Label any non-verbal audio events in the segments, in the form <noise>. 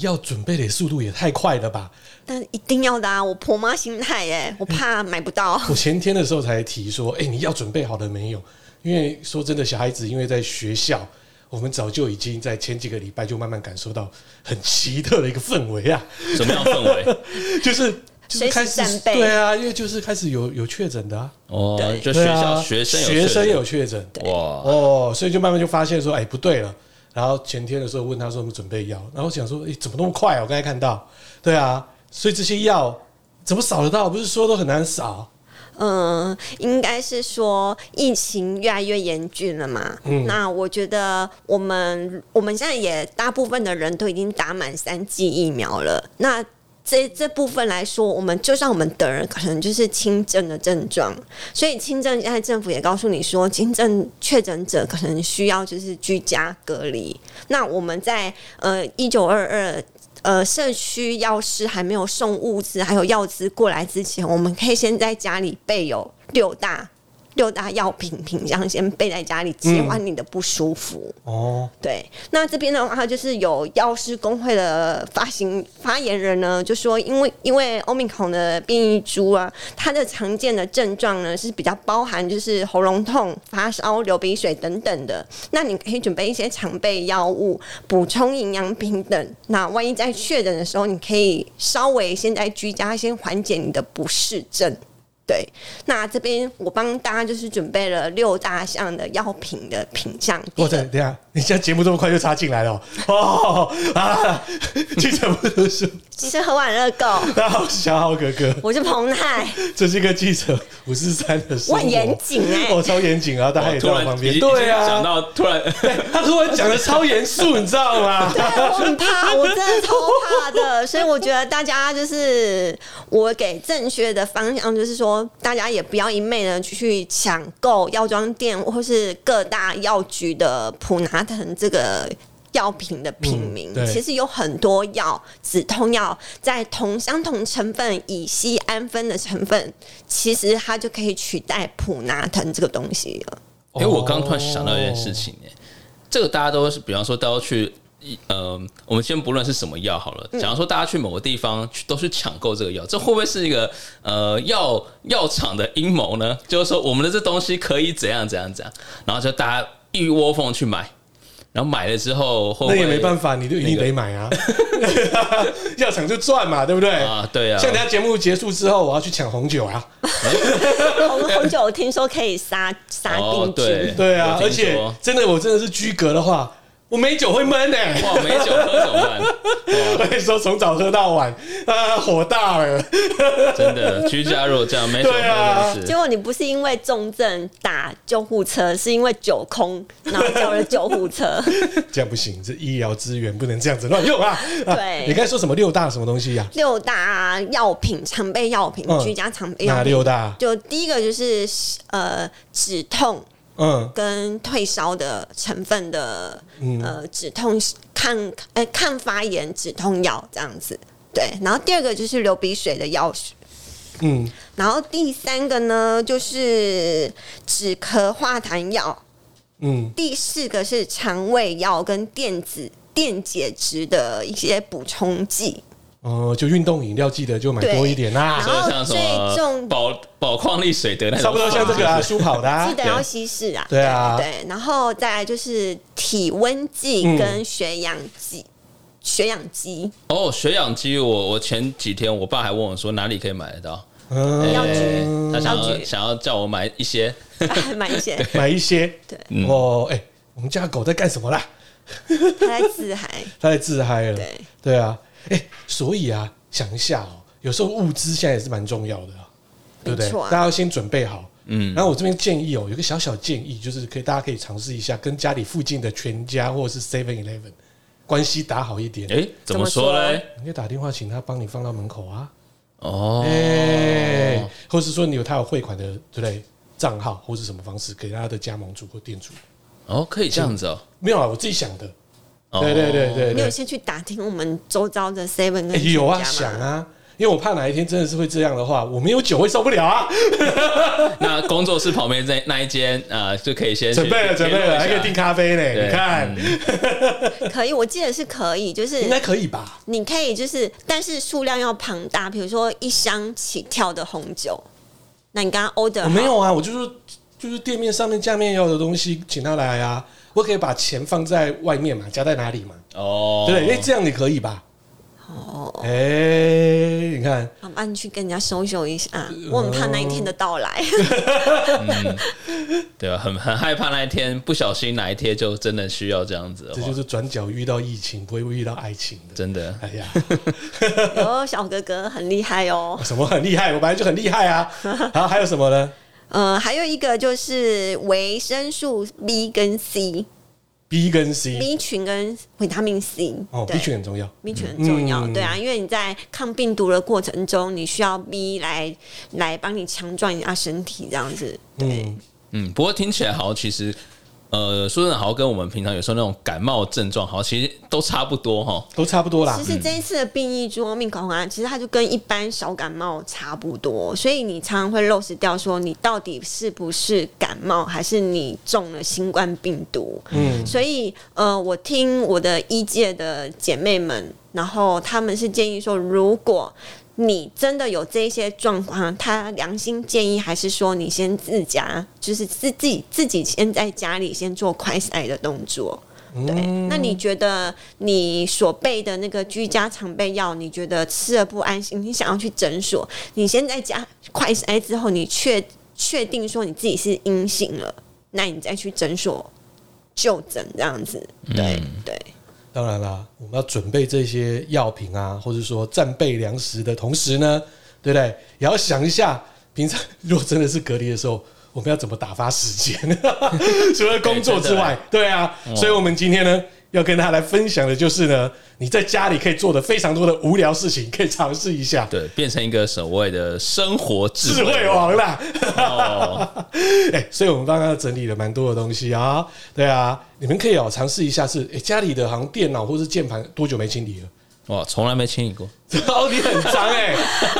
要准备的速度也太快了 <laughs> 吧！但一定要的啊！我婆妈心态耶，我怕买不到。 <laughs> 我前天的时候才提说，哎、你要准备好了没有？因为说真的，小孩子因为在学校，我们早就已经在前几个礼拜就慢慢感受到很奇特的一个氛围啊， <laughs> 什么样的氛围？就是就是随时开始战备对啊，因为就是开始有有确诊的啊，哦对，就学对校啊学生有学确生诊有确诊，哇，哦，所以就慢慢就发现说，哎、不对了。然后前天的时候问他说我们准备药，然后我想说，哎、怎么那么快、啊？我刚才看到，对啊，所以这些药怎么扫得到？不是说都很难扫？嗯，应该是说疫情越来越严峻了嘛。那我觉得我们我们现在也大部分的人都已经打满三剂疫苗了。那这这部分来说，我们就算我们得人可能就是轻症的症状，所以轻症现在政府也告诉你说，轻症确诊者可能需要就是居家隔离。那我们在呃一九二二呃社区药师还没有送物资还有药资过来之前，我们可以先在家里备有六大六大药品品相，先备在家里，解完你的不舒服。哦，对，那这边的话就是有药师工会的发行发言人呢，就说因为因为欧米孔的变异株啊，它的常见的症状呢是比较包含就是喉咙痛、发烧、流鼻水等等的。那你可以准备一些常备药物，补充营养品等。那万一在确诊的时候，你可以稍微先在居家先缓解你的不适症。对，那这边我帮大家就是准备了六大项的药品的品项。哇塞，等一下，你现在节目这么快就插进来了哦，哦啊， <laughs> 记者不读书，其实喝完热 <laughs> 狗，大家好，我是小豪哥哥，我是彭泰，这是一个记者五四三的生活，我很严谨哎我、超严谨啊，大家也哦突在我然旁已边，经对讲啊，到突 <laughs> 然他突然讲的超严肃，你知道吗？我很怕，我真的超怕的， <laughs> 所以我觉得大家就是我给正确的方向，就是说大家也不要一昧的去抢购药妆店或是各大药局的普拿疼这个。药品的品名、嗯对其实有很多药，止痛药在同相同成分乙酰氨酚的成分，其实它就可以取代普拿疼这个东西了。 <laughs> 哎、我刚突然想到一件事情、哎，这个大家都是，比方说，都要去，呃，我们先不论是什么药好嗯了，假如说大家去某个地方去都去抢购这个药，这会不会是一个呃药药厂的阴谋呢？就是说，我们的这东西可以怎样怎样怎样，然后就大家一窝蜂去买，然后买了之后会不那会也没办法，你就一定得买啊， <laughs> 药厂就赚嘛，对不对？啊，对啊，像等下节目结束之后，我要去抢红酒啊， <laughs> 红红酒听说可以杀杀哦病菌，对对啊，我而听说且真的，我真的是居隔的话，我没酒会闷呢、欸。哇，没酒喝怎 <laughs> 么办？哦哇我跟你说，从早喝到晚，啊，火大了。真的，居家若这样没酒喝对啊真的结是。果你不是因为重症打救护车，是因为酒空，然后叫了救 <laughs> 护车。这样不行，这医疗资源不能这样子乱用啊！啊对你刚才说什么六大什么东西呀、啊六大药品，常备药品，嗯居家常备药哪品。六大？就第一个就是呃止痛嗯，跟退烧的成分的、呃止痛抗呃抗发炎止痛药这样子，对。然后第二个就是流鼻水的药水，嗯，然后第三个呢就是止咳化痰药，嗯，第四个是肠胃药跟电子电解质的一些补充剂。哦、就运动饮料记得就买多一点啦、对所以像什最么重宝宝矿力水的那种差不多像这 <laughs> 个啊，是舒跑的、啊记，得要稀释啊，对啊对，然后再来就是体温计嗯跟血氧计，血氧机 <laughs> 哦，血氧机，我我前几天我爸还问我说哪里可以买得到，嗯，药局哎他想药要局想要叫我买一些，还蛮一些，买一些。 <laughs> 对，嗯哦，哎、我们家的狗在干什么啦？他在自嗨，它在自嗨了。对，啊，哎、所以啊，想一下哦，有时候物资现在也是蛮重要的、啊，对不对没？错啊大家要先准备好。嗯，然后我这边建议哦，有个小小建议，就是可以大家可以尝试一下，跟家里附近的全家或者是 Seven Eleven 关系打好一点。哎，怎么说嘞？你可以打电话请他帮你放到门口啊，哦哎、，或是说你有他有汇款的对不对账号或是什么方式给他的加盟主或店主？哦，可以这样子哦，没有啊，我自己想的。哦对对对对你 <laughs> 有对，先去打听我们周遭的 seven 跟哎有啊，全家想吗，啊，因为我怕哪一天真的是会这样的话，我没有酒会受不了 <laughs> 啊！哦那工作室旁边在那一间呃，就可以先去准备了，准备联络了，一下还可以订咖啡呢。对你看，嗯可以，我记得是可以，就应该是可以吧？你可以就是，但是数量要庞大，比如说一箱起跳的红酒，那你刚刚 order 我好没有啊，我就是就是店面上面架面要的东西，请他来啊。我可以把钱放在外面嘛，夹在哪里嘛，哦，对不对？因为这样你可以吧？哦，哎、你看，好吧，你去跟人家搜索一下、呃我很怕那一天的 <laughs> 到来。对啊，很很害怕那一天不小心哪一天就真的需要这样子的这话，就是转角遇到疫情，不会遇到爱情的。真的哎呀，哦，小哥哥很厉害哦。什么很厉害？我本来就很厉害啊。然后还有什么呢呃，还有一个就是维生素 B 跟 C，B ？B 跟 C，群跟维他命 C 嗯哦对，B 群很重要。 B 群很重要，嗯对啊，因为你在抗病毒的过程中，你需要 B 来来帮你强壮一下身体，这样子。对，嗯，嗯，不过听起来好像其实。呃，说真的，好像跟我们平常有时候那种感冒症状，好像其实都差不多哈。都差不多啦嗯其。实这一次的变异株奥密克戎啊，其实它就跟一般小感冒差不多，所以你常常会 lose 掉说你到底是不是感冒，还是你中了新冠病毒。嗯，所以呃，我听我的医界的姐妹们，然后她们是建议说，如果你真的有这一些状况，她良心建议还是说你先自家，就是自自己自己先在家里先做快筛的动作。对，哎那你觉得你所备的那个居家常备药，你觉得吃了不安心，你想要去诊所，你先在家快筛之后，你确确定说你自己是阴性了，那你再去诊所就诊这样子。对、对，当然啦，我们要准备这些药品啊，或者说战备粮食的同时呢，对不对？也要想一下，平常如果真的是隔离的时候，我们要怎么打发时间？ <laughs> 除了工作之外，对啊，所以我们今天呢。要跟大家来分享的就是呢，你在家里可以做的非常多的无聊事情，可以尝试一下对，变成一个所谓的生活智智慧慧王啦。哦， <laughs> 哎、所以我们刚刚整理了蛮多的东西啊，对啊，你们可以哦尝试一下是，哎家里的好像电脑或是键盘多久没清理了？哇，从来没清理过，哦，你很脏 <laughs> 哎、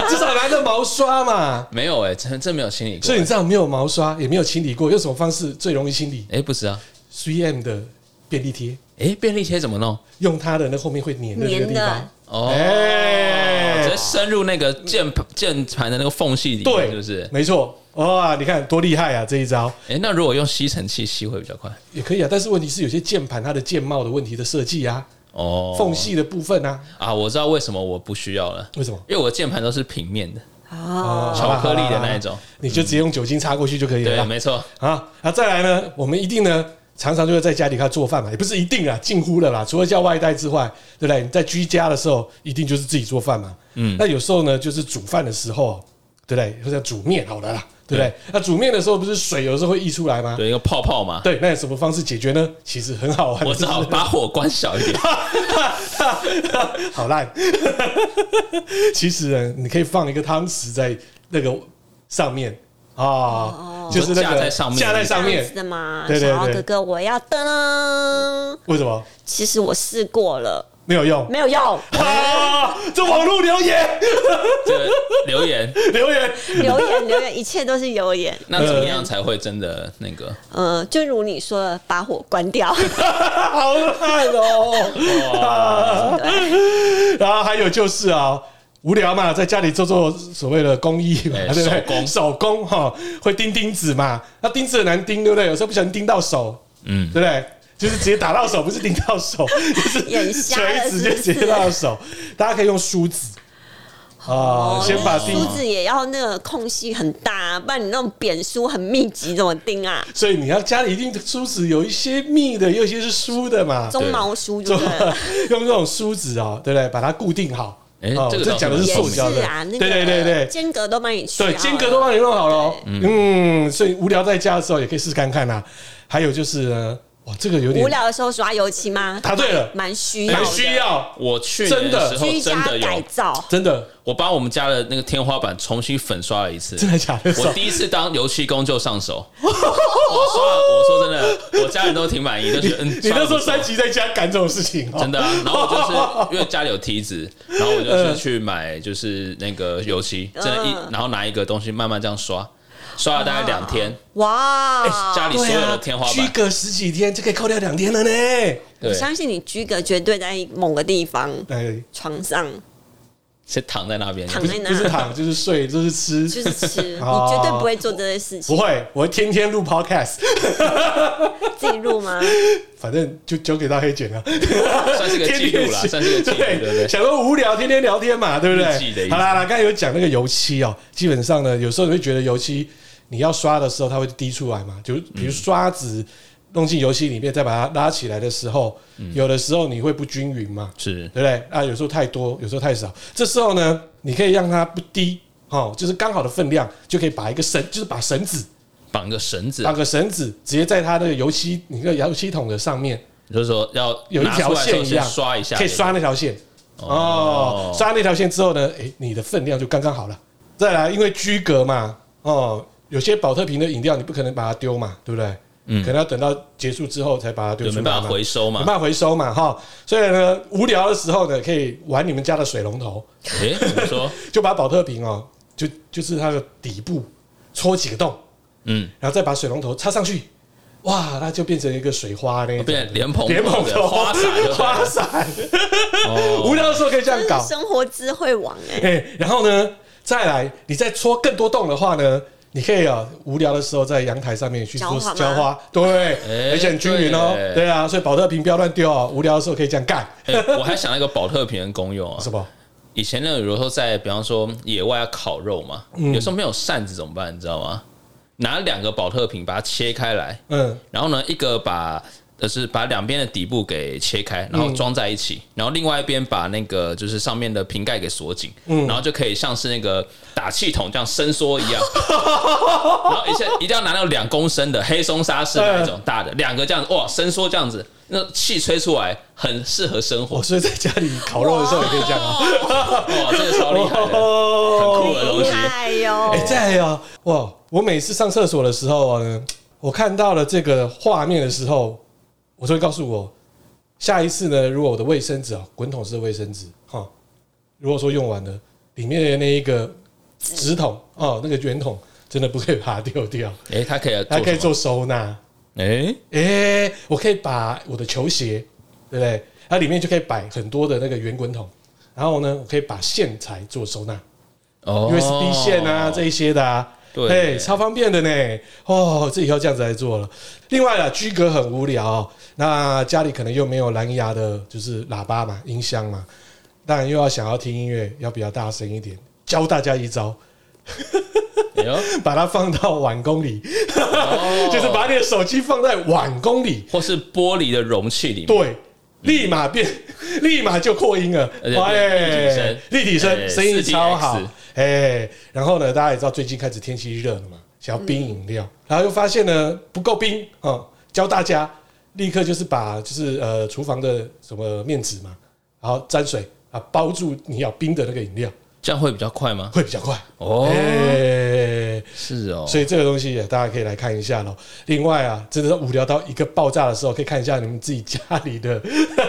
至少拿个毛刷嘛。没有哎、真真没有清理过所以。你知道没有毛刷，也没有清理过，用什么方式最容易清理哎、不是啊， ？3M 的便利贴，哎、便利贴怎么弄？用它的那后面会粘的那个粘地的方。哦，哎直接深入那个键盘键盘的那个缝隙里面，对，是不是？没错。哇，你看多厉害啊！这一招哎、那如果用吸尘器吸会比较快也可以啊，但是问题是有些键盘它的键帽的问题的设计啊，哦。缝隙的部分啊，啊，我知道为什么我不需要了，为什么？因为我键盘都是平面的，哦，哦巧克力的那一，种好啦好啦好啦你就直接用酒精擦过去就可以了对，啦。没错，啊，那再来呢，我们一定呢，常常就会在家里开始做饭嘛，也不是一定啊，近乎了啦。除了叫外带之外，对不对？你在居家的时候，一定就是自己做饭嘛。嗯，那有时候呢，就是煮饭的时候，对不对？或者煮面好了啦，对不对？那煮面的时候，不是水有时候会溢出来吗？对，一个泡泡嘛。对，那有什么方式解决呢？其实很好玩，我只好就是把火关小一点， <laughs> 好烂。 <laughs> 其实呢，你可以放一个汤匙在那个上面啊，就是那就架个在上面架在上这样面子。的嘛。对对小奥对哥哥，我要噔噔。为什么其实我试过了， <laughs> 没有用？没有用。啊！这网络留言这个留言，留言， <laughs> 留言留言，一切都是留言。那怎么样才会真的那个？呃，就如你说的，把火关掉。好烂哦！啊然后还有就是啊。无聊嘛，在家里做做所谓的工艺嘛，哎对不对？手工手工哈，会钉钉子嘛，那钉子很难钉，对不对？有时候不小心钉到手，嗯，对不对？就是直接打到手，不是钉到 <laughs> 手，就是眼瞎了锤子是就不是直接打到手。大家可以用梳子啊，先把钉哦梳子也要那个空隙很大，不然你那种扁梳很密集，怎么钉啊？所以你要家里一定梳子有一些密的，有一些是疏的嘛，中毛梳就做对 <laughs> 了。用这种梳子啊、对不对？把它固定好。哎哦这个这倒讲的是是也塑胶是的，啊，那个对对对对。间隔都帮你去好了，啊对，间隔都嗯啊帮你弄好了哦。嗯，所以无聊在家的时候也可以试看看啦、还有就是呢，哇，这个有点无聊的时候刷油漆吗？答对了，蛮需要蛮的，需要，我去年的时候居真家的改有，造。真的我把我们家的那个天花板重新粉刷了一次。真的假的？我第一次当油漆工就 <laughs> 上手，我刷了，我说真的，我家人都挺满意，都觉得嗯，你那时候刷三得不错级在家赶这种事情、哦，真的、啊，然后我就是因为家里有梯子，然后我就是去买就是那个油漆，真的一，嗯然后拿一个东西慢慢这样刷，刷了大概两天，哎哇！家里所有啊的天花居板，隔十几天就可以扣掉两天了呢。我对，相信你居格绝对在某个地方哎，床上是躺在那边，躺不在是那，不是躺就是睡就是吃，就是 <laughs> 吃，你哦绝对不会做这些事不情。会，我会天天录 podcast，哦 <laughs> 自己 <laughs> 录吗？反正就交给大黑剪了。啊 <laughs> 算是个记录啦，算是个记录，对不对？想说无聊，天天聊天嘛，对不日记的意对？思好啦，好啦刚才有讲那个油漆哦、基本上呢，有时候你会觉得油漆你要刷的时候，它会滴出来嘛，就嗯比如刷子弄进油漆里面，再把它拉起来的时候，有的时候你会不均匀嘛，嗯是对不对？啊，有时候太多，有时候太少，这时候呢，你可以让它不滴。哦，就是刚好的分量，就可以把一个绳，就是把绳子，绑个绳子啊把，个绳子直接在它那个油漆，你那个油漆桶的上面，就是说要有一拿出条来的时候线一样先刷一下，可以刷那条线。哦，刷那条线之后呢，诶，你的分量就刚刚好了。再来，因为居格嘛，哦，有些保特瓶的饮料你不可能把它丢嘛，对不对？嗯，可能要等到结束之后才把它丢对，出没来办嘛，法回收没 <laughs> 嘛，办法回收嘛，哈。所以呢，无聊的时候呢，可以玩你们家的水龙头，诶，怎么说？就把保特瓶哦，就就是它的底部戳几个洞，嗯，然后再把水龙头插上去，哇，它就变成一个水花那一种哦变莲蓬莲蓬头头花洒就对了花伞，哦， <laughs> 无聊的时候可以这样真搞是。生活智慧网哎、哎、然后呢，再来，你再戳更多洞的话呢，你可以啊，无聊的时候在阳台上面去做浇花吗浇花，对，哎而且很均匀哦对，耶对啊，所以保特瓶不要乱丢哦，无聊的时候可以这样哎干，诶我还想到一个保特瓶的功用啊，是不？以前那个，比如说在比方说野外要烤肉嘛，有时候没有扇子怎么办？你知道吗？拿两个保特瓶把它切开来，嗯，然后呢，一个把就是把两边的底部给切开，然后装在一起，然后另外一边把那个就是上面的瓶盖给锁紧，然后就可以像是那个打气筒这样伸缩一样。然后一下一定要拿到两公升的黑松沙士那一种大的，两个这样子哇伸缩这样子，那气吹出来很适合生活我，所以在家里烤肉的时候也可以这样啊，哇，这个超厉害的，哦，酷的东西。哎呦哎、，在啊，哇，我每次上厕所的时候啊，我看到了这个画面的时候，我就会告诉我，下一次呢，如果我的卫生纸啊，滚筒式的卫生纸哈、如果说用完了，里面的那一个纸筒哦，那个圆筒真的不可以把它丢掉，哎、它可以做还可以什么做收纳。哎、哎、我可以把我的球鞋，对不对？它里面就可以摆很多的那个圆滚筒，然后呢，我可以把线材做收纳。哦 USB 线啊这一些的啊，对嘿超方便的呢。哦，这以后这样子来做了。另外了，居格很无聊、那家里可能又没有蓝牙的，就是喇叭嘛、音箱嘛，当然又要想要听音乐，要比较大声一点。教大家一招， <laughs> 哎呦，把它放到碗弓里， <laughs> 哦就是把你的手机放在碗弓里，或是玻璃的容器里面，对，立马变， <laughs> 立马就扩音了，而且立体声立体哎声，声音 4DX 超好，哎，然后呢，大家也知道最近开始天气热了嘛，想要冰饮嗯料，然后又发现呢不够冰哦，教大家立刻就是把就是呃厨房的什么面纸嘛，然后沾水啊包住你要冰的那个饮料，这样会比较快吗？会比较快，哦，哎。是哦，所以这个东西也大家可以来看一下喽。另外啊，真的是无聊到一个爆炸的时候，可以看一下你们自己家里的， <laughs>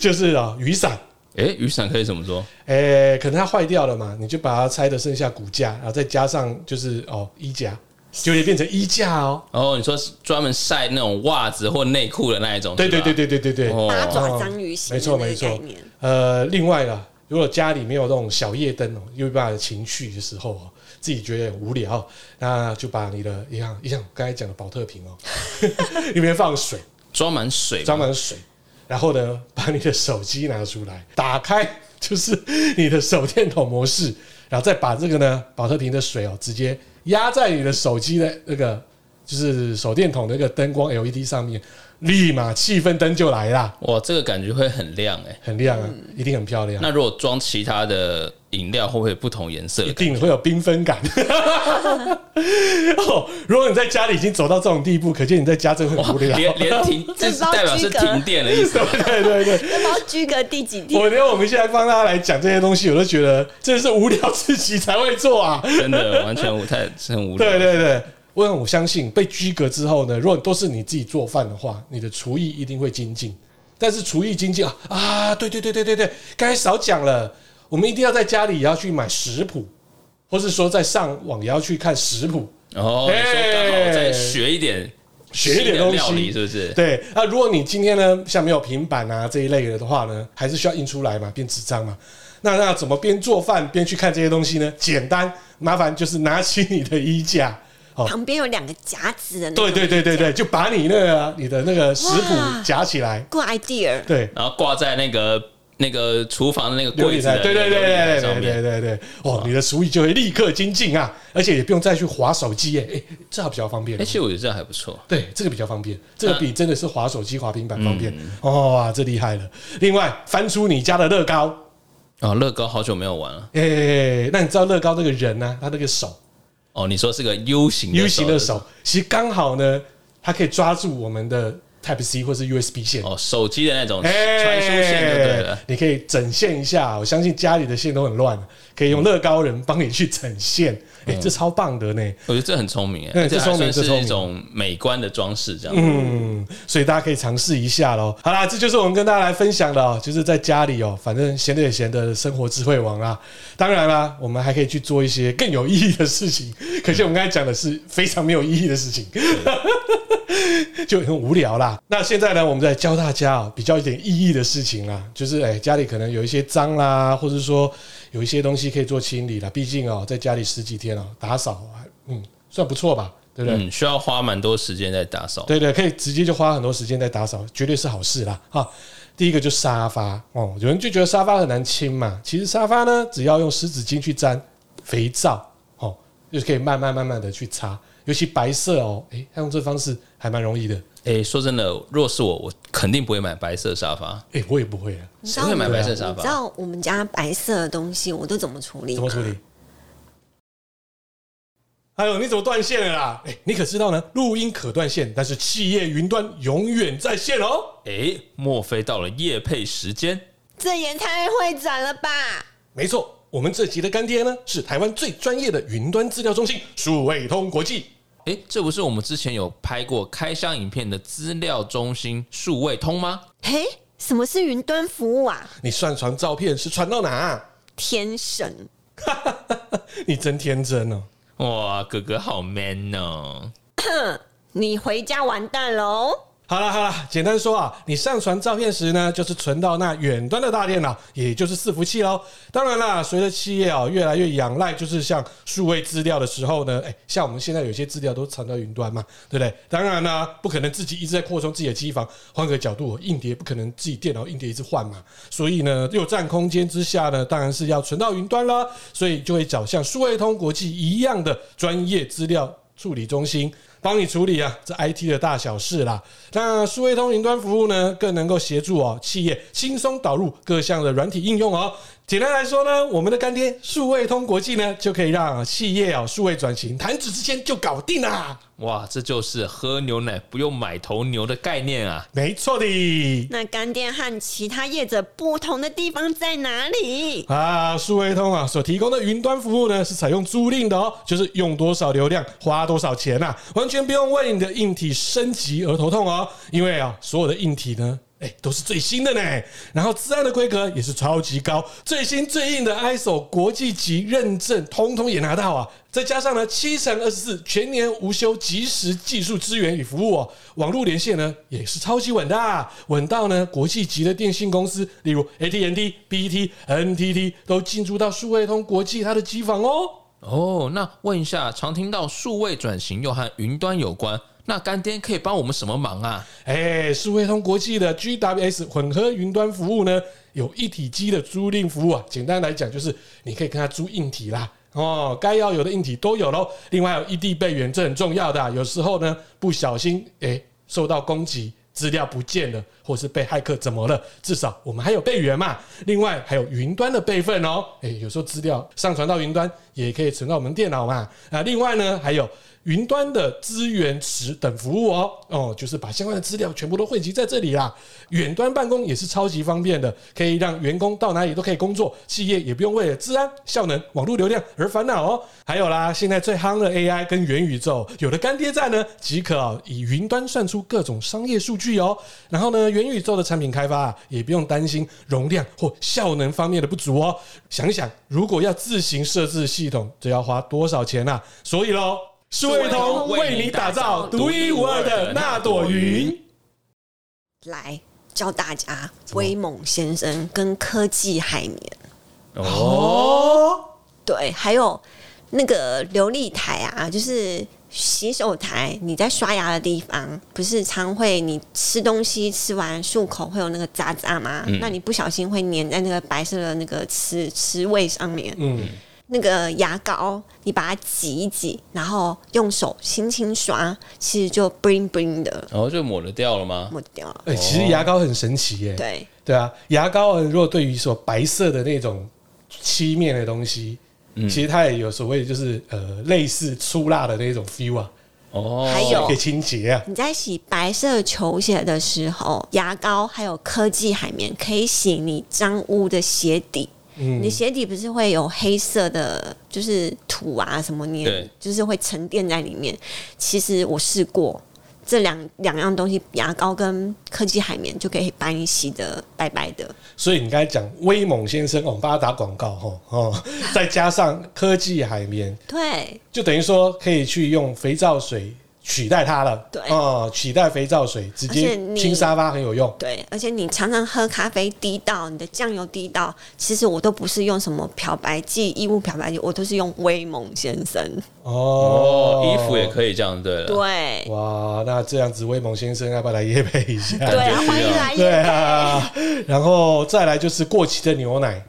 就是啊雨伞，哎、雨伞可以怎么做？诶、可能它坏掉了嘛，你就把它拆的剩下骨架，然后再加上就是哦衣架，就会变成衣架哦。哦，你说是专门晒那种袜子或内裤的那一种，对哦是吧对对，对对对对。八哦，爪章鱼型没的错那没个概错念，。呃，另外啦，如果家里没有那种小夜灯哦，因为爸的情绪的时候哦，自己觉得很无聊，哦那就把你的一样一样刚才讲的保特瓶哦， <laughs> 里面放水。装满水，装满水，然后呢，把你的手机拿出来，打开就是你的手电筒模式，然后再把这个呢保特瓶的水哦，直接压在你的手机的那个就是手电筒那个灯光 LED E 上面，立马气氛灯就来啦，哇，这个感觉会很亮哎、很亮啊，一定很漂亮，那如果装其他的饮料，会不会有不同颜色一的？定会有缤纷感。 <laughs> 哦，如果你在家里已经走到这种地步，可见你在家真的很无聊。哦连连停，这是代表是停电的意思。 <laughs> 对对对，要不要居个第几地？我连我们现在帮大家来讲这些东西，我都觉得真的是无聊 <laughs> 至极才会做啊。真的完全无太是很无聊。对对对，我很我相信被居格之后呢，如果都是你自己做饭的话，你的厨艺一定会精进。但是厨艺精进啊啊，对对对对对对，刚才少讲了，我们一定要在家里也要去买食谱，或是说在上网也要去看食谱，然后哦你说刚好再学一点学一点东新的料理，西。是不是？对，那如果你今天呢，像没有平板啊这一类的话呢，还是需要印出来嘛，变智障嘛。那那怎么边做饭边去看这些东西呢？简单，麻烦就是拿起你的衣架，哦，旁边有两个夹子的那种对对对对对，就把你那个你的那个食谱哇夹起来， ，good idea。对，然后挂在那个那个厨房的那个留柜点子的在，那对个对对琉璃台对上对对面。对对，哦，你的厨艺就会立刻精进啊，而且也不用再去划手机耶，哎，这样比较方便哎，。其实我觉得这样还不错。对，这个比较方便，这个那比真的是划手机、划平板方便。嗯哦，哇，这厉害了！另外，翻出你家的乐高，哦，乐高好久没有玩了。哎，那你知道乐高这个人呢，他那个手哦，你说是个 U 型 U 型的手手，其实刚好呢，它可以抓住我们的 Type C 或是 USB 线。哦，手机的那种哎，传输线就对了。你可以整线一下，我相信家里的线都很乱，可以用乐高人帮你去整线，哎、这超棒的呢。我觉得这很聪明对哎，这这聪还明算这聪是明一种美观的装饰，这样。嗯，所以大家可以尝试一下喽。好啦，这就是我们跟大家来分享的、哦，就是在家里哦，反正闲着也闲的生活智慧王啦。当然啦，我们还可以去做一些更有意义的事情。 <laughs> 可惜我们刚才讲的是非常没有意义的事情， <laughs> 就很无聊啦。那现在呢，我们在教大家哦，比较一点意义的事情啦，就是哎、家里可能有一些脏啦，或者说有一些东西可以做清理啦。毕竟哦，在家里十几天哦，打扫，嗯，算不错吧，对不对？嗯，需要花蛮多时间在打扫。对对，可以直接就花很多时间在打扫，绝对是好事啦。哈，第一个就沙发哦，有人就觉得沙发很难清嘛，其实沙发呢，只要用湿纸巾去沾肥皂哦，就可以慢慢慢慢的去擦，尤其白色哦，诶，他用这方式还蛮容易的。哎、说真的，若是我，我肯定不会买白色沙发。诶，我也不会啊，你知谁道会买对啊白色沙你知发？道我们家白色的东西我都怎么处理怎么吗？处理？还有，你怎么断线了啦？诶，你可知道呢？录音可断线，但是企业云端永远在线哦。哎、莫非到了夜配时间？这也太会转了吧！没错，我们这集的干爹呢是台湾最专业的云端资料中心数位通国际。哎、这不是我们之前有拍过开箱影片的资料中心数位通吗？嘿，什么是云端服务啊？你上传照片是传到哪、天神，你真天真哦！哇，哥哥好 man 哦！你回家完蛋喽！好了好了，简单说啊，你上传照片时呢，就是存到那远端的大电脑，也就是伺服器喽。当然啦，随着企业啊越来越仰赖，就是像数位资料的时候呢，哎、像我们现在有些资料都藏到云端嘛，对不对？当然啦，不可能自己一直在扩充自己的机房。换个角度，硬碟不可能自己电脑硬碟一直换嘛，所以呢，又占空间之下呢，当然是要存到云端啦。所以就会找像数位通国际一样的专业资料处理中心，帮你处理啊这 IT 的大小事啦。那数位通云端服务呢，更能够协助哦企业轻松导入各项的软体应用哦。简单来说呢，我们的干爹数位通国际呢，就可以让企业哦数位转型，弹指之间就搞定啦。哇，这就是喝牛奶不用买头牛的概念啊！没错的。那干爹和其他业者不同的地方在哪里？啊，数位通啊所提供的云端服务呢，是采用租赁的哦，就是用多少流量花多少钱呐、啊完全不用为你的硬体升级而头痛哦，因为啊，所有的硬体呢。哎、都是最新的呢，然后自安的规格也是超级高，最新最硬的 ISO 国际级认证，通通也拿到啊！再加上呢，七乘二十四全年无休，及时技术支援与服务哦，网络连线呢也是超级稳的、啊，稳到呢国际级的电信公司，例如 AT&T、BT、NTT 都进驻到数位通国际它的机房哦。哦，那问一下，常听到数位转型又和云端有关，那干爹可以帮我们什么忙啊？哎，数位通国际的 GWS 混合云端服务呢，有一体机的租赁服务啊。简单来讲，就是你可以跟他租硬体啦。哦，该要有的硬体都有喽。另外还有异地备援，这很重要的啊、有时候呢，不小心哎受到攻击，资料不见了，或是被骇客怎么了，至少我们还有备援嘛。另外还有云端的备份哦，诶，有时候资料上传到云端也可以存到我们电脑嘛。啊，另外呢还有。云端的资源池等服务哦，哦，就是把相关的资料全部都汇集在这里啦。远端办公也是超级方便的，可以让员工到哪里都可以工作，企业也不用为了治安、效能、网络流量而烦恼哦。还有啦，现在最夯的 AI 跟元宇宙，有的干爹站呢，即可、哦、以云端算出各种商业数据哦。然后呢，元宇宙的产品开发啊，也不用担心容量或效能方面的不足哦。想一想，如果要自行设置系统，这要花多少钱啊？所以喽。数位通为你打造独一无二的那朵云。来教大家威猛先生跟科技海绵，哦，对，还有那个琉璃台啊，就是洗手台，你在刷牙的地方，不是常会你吃东西吃完漱口会有那个渣渣吗？那你不小心会粘在那个白色的那个瓷瓷位上面，嗯，那个牙膏，你把它挤一挤，然后用手轻轻刷，其实就 bling bling 的然后哦就抹得掉了吗？抹掉了。哎、其实牙膏很神奇耶、对，对啊，牙膏如果对于说白色的那种漆面的东西，其实它也有所谓就是呃类似粗蜡的那种 feel 啊，哦，还有可以清洁啊。你在洗白色球鞋的时候，牙膏还有科技海绵可以洗你脏污的鞋底。嗯你鞋底不是会有黑色的，就是土啊什么对黏，就是会沉淀在里面。其实我试过这两两样东西，牙膏跟科技海绵就可以把你洗的白白的。所以你刚才讲威猛先生，哦我们帮他打广告哈 <laughs> 哦，再加上科技海绵，对，就等于说可以去用肥皂水取代它了。对哦、取代肥皂水，直而且接你清沙发很有用。对，而且你常常喝咖啡滴到你的酱油滴到，其实我都不是用什么漂白剂、衣物漂白剂，我都是用威猛先生。哦哦，，衣服也可以这样对了。啊对，哇，那这样子，威猛先生要不要来夜配一下？对啊，就是欢迎啊来对耶！啊，然后再来就是过期的牛奶，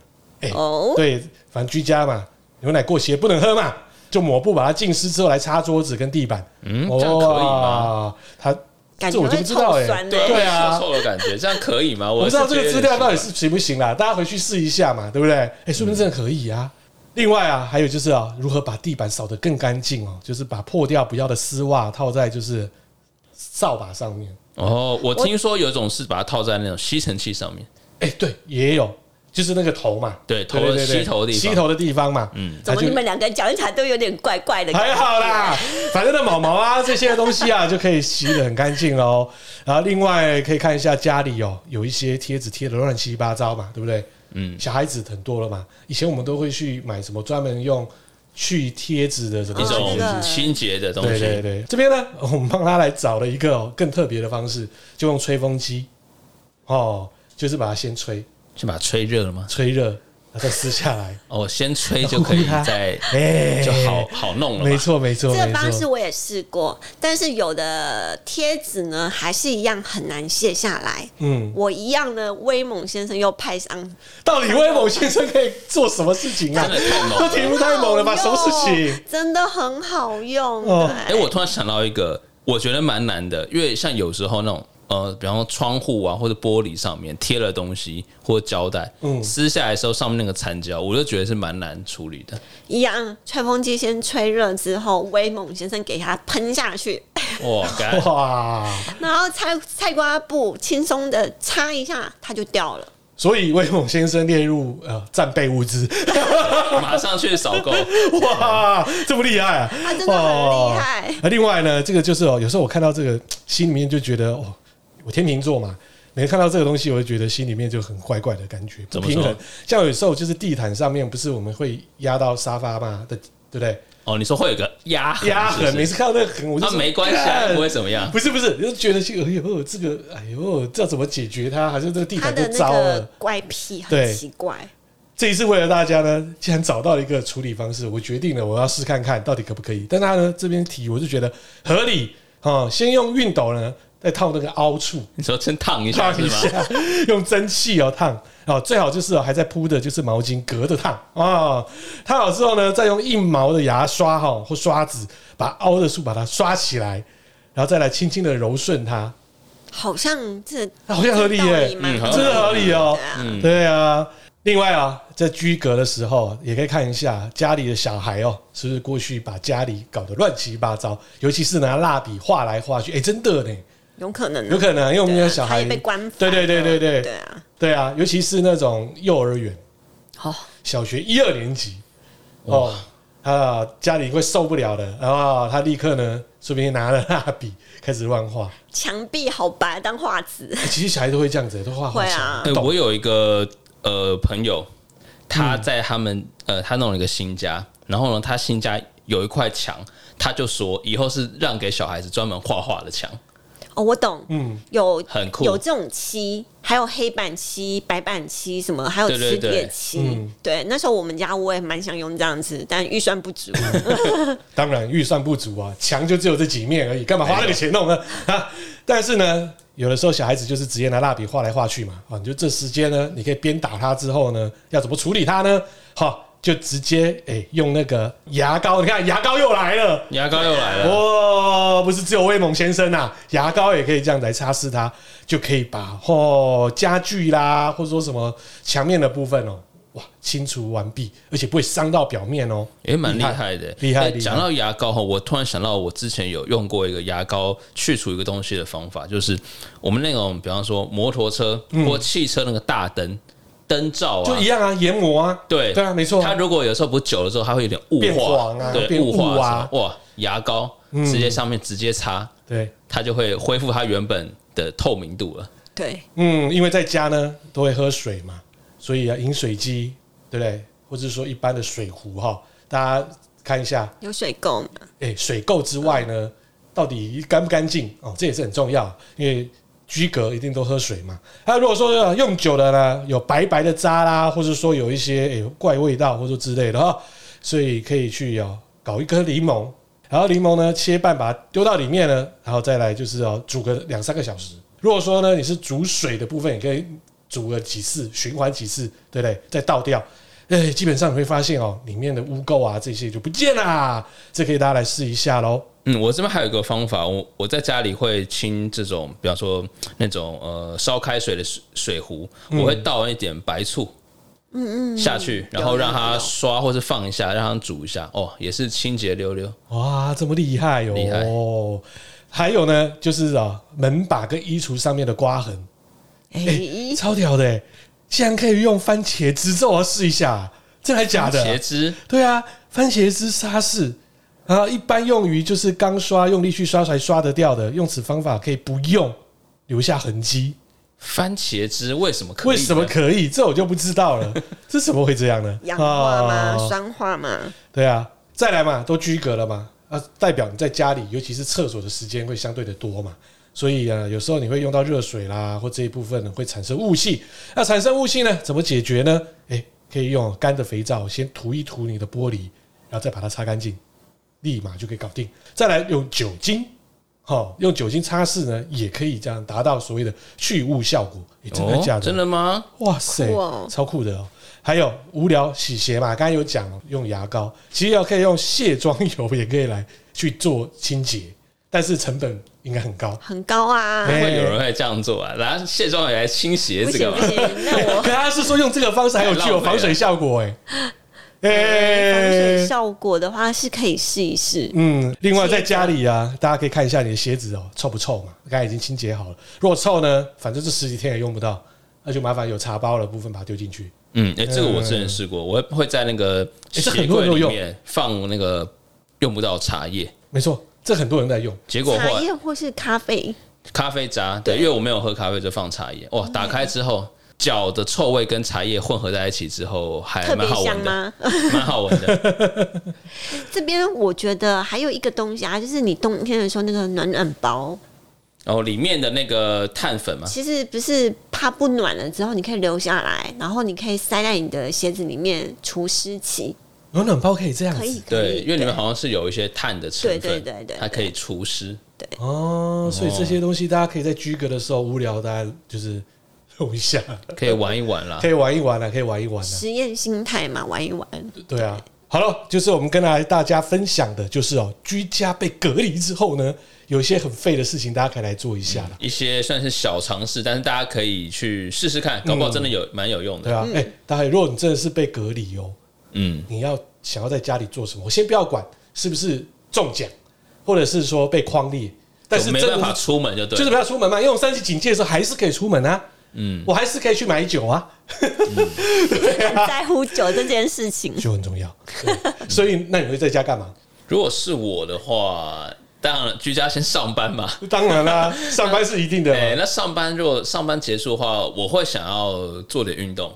哦，对，啊反正居家嘛，牛奶过期也不能喝嘛，就抹布把它浸湿之后来擦桌子跟地板。嗯，这样可以吗？哇？它感这觉我就会不知道臭哎酸欸对嘞。啊臭臭的感觉，这样可以吗？我我不知道这个资料到底是是行不行啦，大家回去试一下嘛，对不对？哎、说不嗯定真的可以啊。另外啊，还有就是啊，如何把地板扫得更干净哦，就是把破掉不要的丝袜套在就是扫把上面。觉得哦，我听说有一种是把它套在那种吸尘器上面，哎、对，也有，就是那个头嘛，对头对对对吸头的地方吸头的地方嘛，嗯，怎么你们两个讲一讲都有点怪怪的？ <laughs> 还好，啦，反正那毛毛啊这些东西啊就可以洗得很干净喽。然后另外可以看一下家里哦，有一些贴纸贴的乱七八糟嘛，对不对？嗯，小孩子很多了嘛，以前我们都会去买什么专门用去贴纸的什么一东西哦那个种清洁的东对对西。对，这边呢，我们帮他来找了一个、哦、更特别的方式，就用吹风机哦，就是把它先吹先把它吹热了吗？吹热，然后再撕下来。哦，先吹就 <laughs> 可以再哎就好好弄了。没，错，没错，这个没方式错。我也试过，但是有的贴纸呢还是一样很难卸下来。嗯，我一样呢，威猛先生又派上，到底威猛先生可以做什么事情啊真？的太猛这了。题目太猛了吧？什么事情？真的很好用。哦哎哎，我突然想到一个，我觉得蛮难的，因为像有时候那种。呃，比方说窗户啊，或者玻璃上面贴了东西或胶带，嗯撕下来的时候上面那个残胶，我就觉得是蛮难处理的。一样，吹风机先吹热之后，威猛先生给它喷下去， <coughs> <laughs> 哇，干哇！然后菜菜瓜布轻松的擦一下，它就掉了。所以威猛先生列入呃战备物 <laughs> 资，马上去扫购。哇，这么厉害啊！他真的很厉害哦那另外呢，这个就是哦，有时候我看到这个，心里面就觉得哦，我天秤座嘛，每次看到这个东西，我就觉得心里面就很怪怪的感觉，不怎么平衡说。像有时候就是地毯上面不是我们会压到沙发嘛的，对不对？哦，你说会有个压痕压是痕，不每是次看到那个痕，我就啊，说没关系啊， <laughs> 干不会怎么样。不是不是，就觉得这个哎呦，这个哎呦，这要怎么解决它？还是这个地他毯都的那糟了个？怪癖很对奇怪，这一次为了大家呢，既然找到一个处理方式，我决定了我要试看看到底可不可以。但他呢这边提，我就觉得合理啊、哦先用熨斗呢，再套那个凹处你说先烫一下烫是一吗？下，用蒸汽哦烫哦，最好就是、哦、还在铺的就是毛巾隔着烫哦。烫好之后呢，再用硬毛的牙刷哈、哦、或刷子把凹的处把它刷起来，然后再来轻轻的揉顺它。好像这好像合理耶、蛮嗯真的合理哦、对啊对啊。另外啊，在居隔的时候，也可以看一下家里的小孩哦、是不是过去把家里搞得乱七八糟，尤其是拿蜡笔画来画去，哎、真的呢，有可能啊，有可能，因为我们对啊有小他孩也被关，对对对对对对，对啊，对啊，尤其是那种幼儿园、好，小学一二年级哦，啊，家里会受不了的，然后他立刻呢，说不定拿了蜡笔开始乱画、墙壁好白当画纸，哎其实小孩都会这样子，都画画会起啊来哎、我有一个呃朋友，他嗯在他们、呃，他弄了一个新家，然后呢，他新家有一块墙，他就说以后是让给小孩子专门画画的墙，哦，我懂，嗯，有很酷有这种漆，还有黑板漆、白板漆什么，还有对对磁铁对漆。嗯对，那时候我们家我也蛮想用这样子，但预算不 <laughs> 足。当然预算不足啊，墙就只有这几面而已，干嘛花那个钱弄呢？哎啊，但是呢，有的时候小孩子就是直接拿蜡笔画来画去嘛，啊，你就这时间呢，你可以鞭打他之后呢，要怎么处理他呢？好，就直接哎、用那个牙膏，你看牙膏又来了。牙膏又来了，哦，不是只有威猛先生啊，牙膏也可以这样来擦拭它，就可以把哦家具啦，或者说什么墙面的部分哦，哇清除完毕，而且不会伤到表面哦。也蛮厉害的。厉害哎厉害讲到牙膏哈，我突然想到我之前有用过一个牙膏去除一个东西的方法，就是我们那种比方说摩托车或汽车那个大灯灯罩啊，嗯就一样啊，研磨啊，对对啊，没错啊、它如果有时候不久了之后，它会有点雾变化黄，啊对，变雾化雾啊嗯的时候哇，牙膏直接上面直接擦，对，它就会恢复它原本的透明度了。对，嗯，因为在家呢都会喝水嘛，所以啊饮水机，对不对？或者说一般的水壶哈，大家看一下，有水垢嘛？哎、水垢之外呢，到底干不干净哦，这也是很重要，因为居格一定都喝水嘛。那、如果说呃用久了呢，有白白的渣啦，或者说有一些哎、怪味道或者之类的哈、所以可以去哦搞一颗柠檬，然后柠檬呢切半，把它丢到里面呢，然后再来就是哦煮个两三个小时。如果说呢你是煮水的部分，也可以煮个几次，循环几次，对不对？再倒掉。哎，基本上你会发现哦，里面的污垢啊这些就不见啦，这可以大家来试一下喽。嗯，我这边还有一个方法，我我在家里会清这种，比方说那种呃烧开水的水水壶，嗯我会倒一点白醋，嗯嗯，下去，然后有有让它有刷或是放一下，让它煮一下，哦，也是清洁溜溜。哇，这么厉害厉害哦！还有呢，就是啊，门把跟衣橱上面的刮痕，哎、 <laughs> 超屌的欸，竟然可以用番茄汁，这我要试一下，真的还假的啊？茄汁对啊，番茄汁沙士啊，一般用于就是刚刷用力去刷才刷得掉的，用此方法可以不用留下痕迹，番茄汁为什么可以呢？为什么可以？这我就不知道 <laughs> 了，这怎么会这样呢？氧化嘛，啊酸化嘛，对啊，再来嘛，都居隔了嘛，啊，代表你在家里，尤其是厕所的时间会相对的多嘛，所以啊，有时候你会用到热水啦，或这一部分呢会产生雾气。那产生雾气呢，怎么解决呢？诶、可以用干的肥皂先涂一涂你的玻璃，然后再把它擦干净，立马就可以搞定。再来用酒精。好、用酒精擦拭呢，也可以这样达到所谓的去雾效果。诶真的假哦？真的吗？哇塞，酷哦超酷的哦！还有无聊洗鞋嘛，刚才有讲哦用牙膏，其实要可以用卸妆油也可以来去做清洁，但是成本应该很高。很高啊。哎会有人会这样做啊？然后卸妆也来清鞋不子行干不嘛？行，那我可他是说用这个方式还有具有防水效果哎、哎防水效果的话是可以试一试。嗯，另外在家里啊，大家可以看一下你的鞋子哦，臭不臭嘛？刚才已经清洁好了，如果臭呢，反正这十几天也用不到，那就麻烦有茶包的部分把它丢进去。嗯，哎、这个我之前试过，我会会在那个哎这鞋很多柜人都里用面放那个用不到的茶叶，没错，这很多人在用，结果茶后来叶或是咖啡，咖啡渣，对，因为我没有喝咖啡，就放茶叶。哦哇，打开之后。脚的臭味跟茶叶混合在一起之后，还哎特别蛮好香闻的，吗？ <laughs> <laughs> 蛮好闻的。这边我觉得还有一个东西啊，就是你冬天的时候那个暖暖包，然后里面的那个碳粉啊嘛，其实不是怕不暖了之后你可以留下来，然后你可以塞在你的鞋子里面除湿气，暖暖包可以这样子，可以可对，以。因为里面好像是有一些碳的成分，对对对对对它可以除湿。哦，所以这些东西大家可以在居格的时候无聊，大家就是 <laughs> 用一下，可以玩一玩啦啊可。以玩一玩了、啊，可以玩一玩了、实验心态嘛，玩一玩。 <laughs> 啊。对啊，好了，就是我们跟来大家分享的，就是哦，居家被隔离之后呢，有一些很废的事情，大家可以来做一下啦。一些算是小尝试，但是大家可以去试试看，搞不好真的有蛮、有用对的。啊，哎、大家如果你真的是被隔离哦，嗯，你要想要在家里做什么，我先不要管是不是中奖，或者是说被框列，但是没真办的法出门就对就是了，不要出门嘛，因为我们三级警戒的时候还是可以出门啊，嗯，我还是可以去买酒啊，很在乎酒这件事情。酒很重要。对所以那你会在家干嘛？如果是我的话，当然居家先上班 <laughs> 嘛。当然啦，上班是一定的哎、嘛。那上班如果上班结束的话，我会想要做点运动，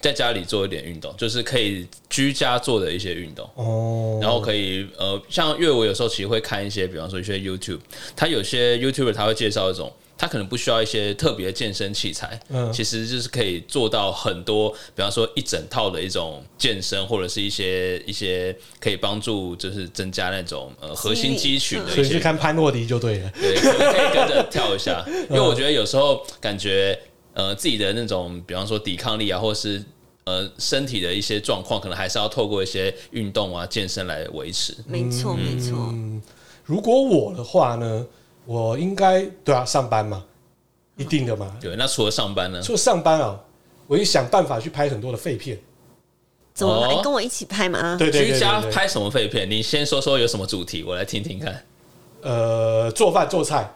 在家里做一点运动，就是可以居家做的一些运动。哦，然后可以呃，像月我有时候其实会看一些，比方说一些 YouTube，他有些 YouTuber 他会介绍一种，他可能不需要一些特别的健身器材，嗯其实就是可以做到很多，比方说一整套的一种健身，或者是一些一些可以帮助就是增加那种呃核心肌群的所一以去些，看潘诺迪就对了。对，可能可以跟着跳一 <laughs> 下，因为我觉得有时候感觉呃自己的那种，比方说抵抗力啊，或是。呃，身体的一些状况，可能还是要透过一些运动啊、健身来维持。没错，没错，如果我的话呢，我应该对啊，上班嘛，一定的嘛。对，那除了上班呢？除了上班啊，我也想办法去拍很多的废片。怎么来哦跟我一起拍嘛？对对对居家对对拍什么废片？你先说说有什么主题，我来听听 <laughs> 看。呃，做饭做菜，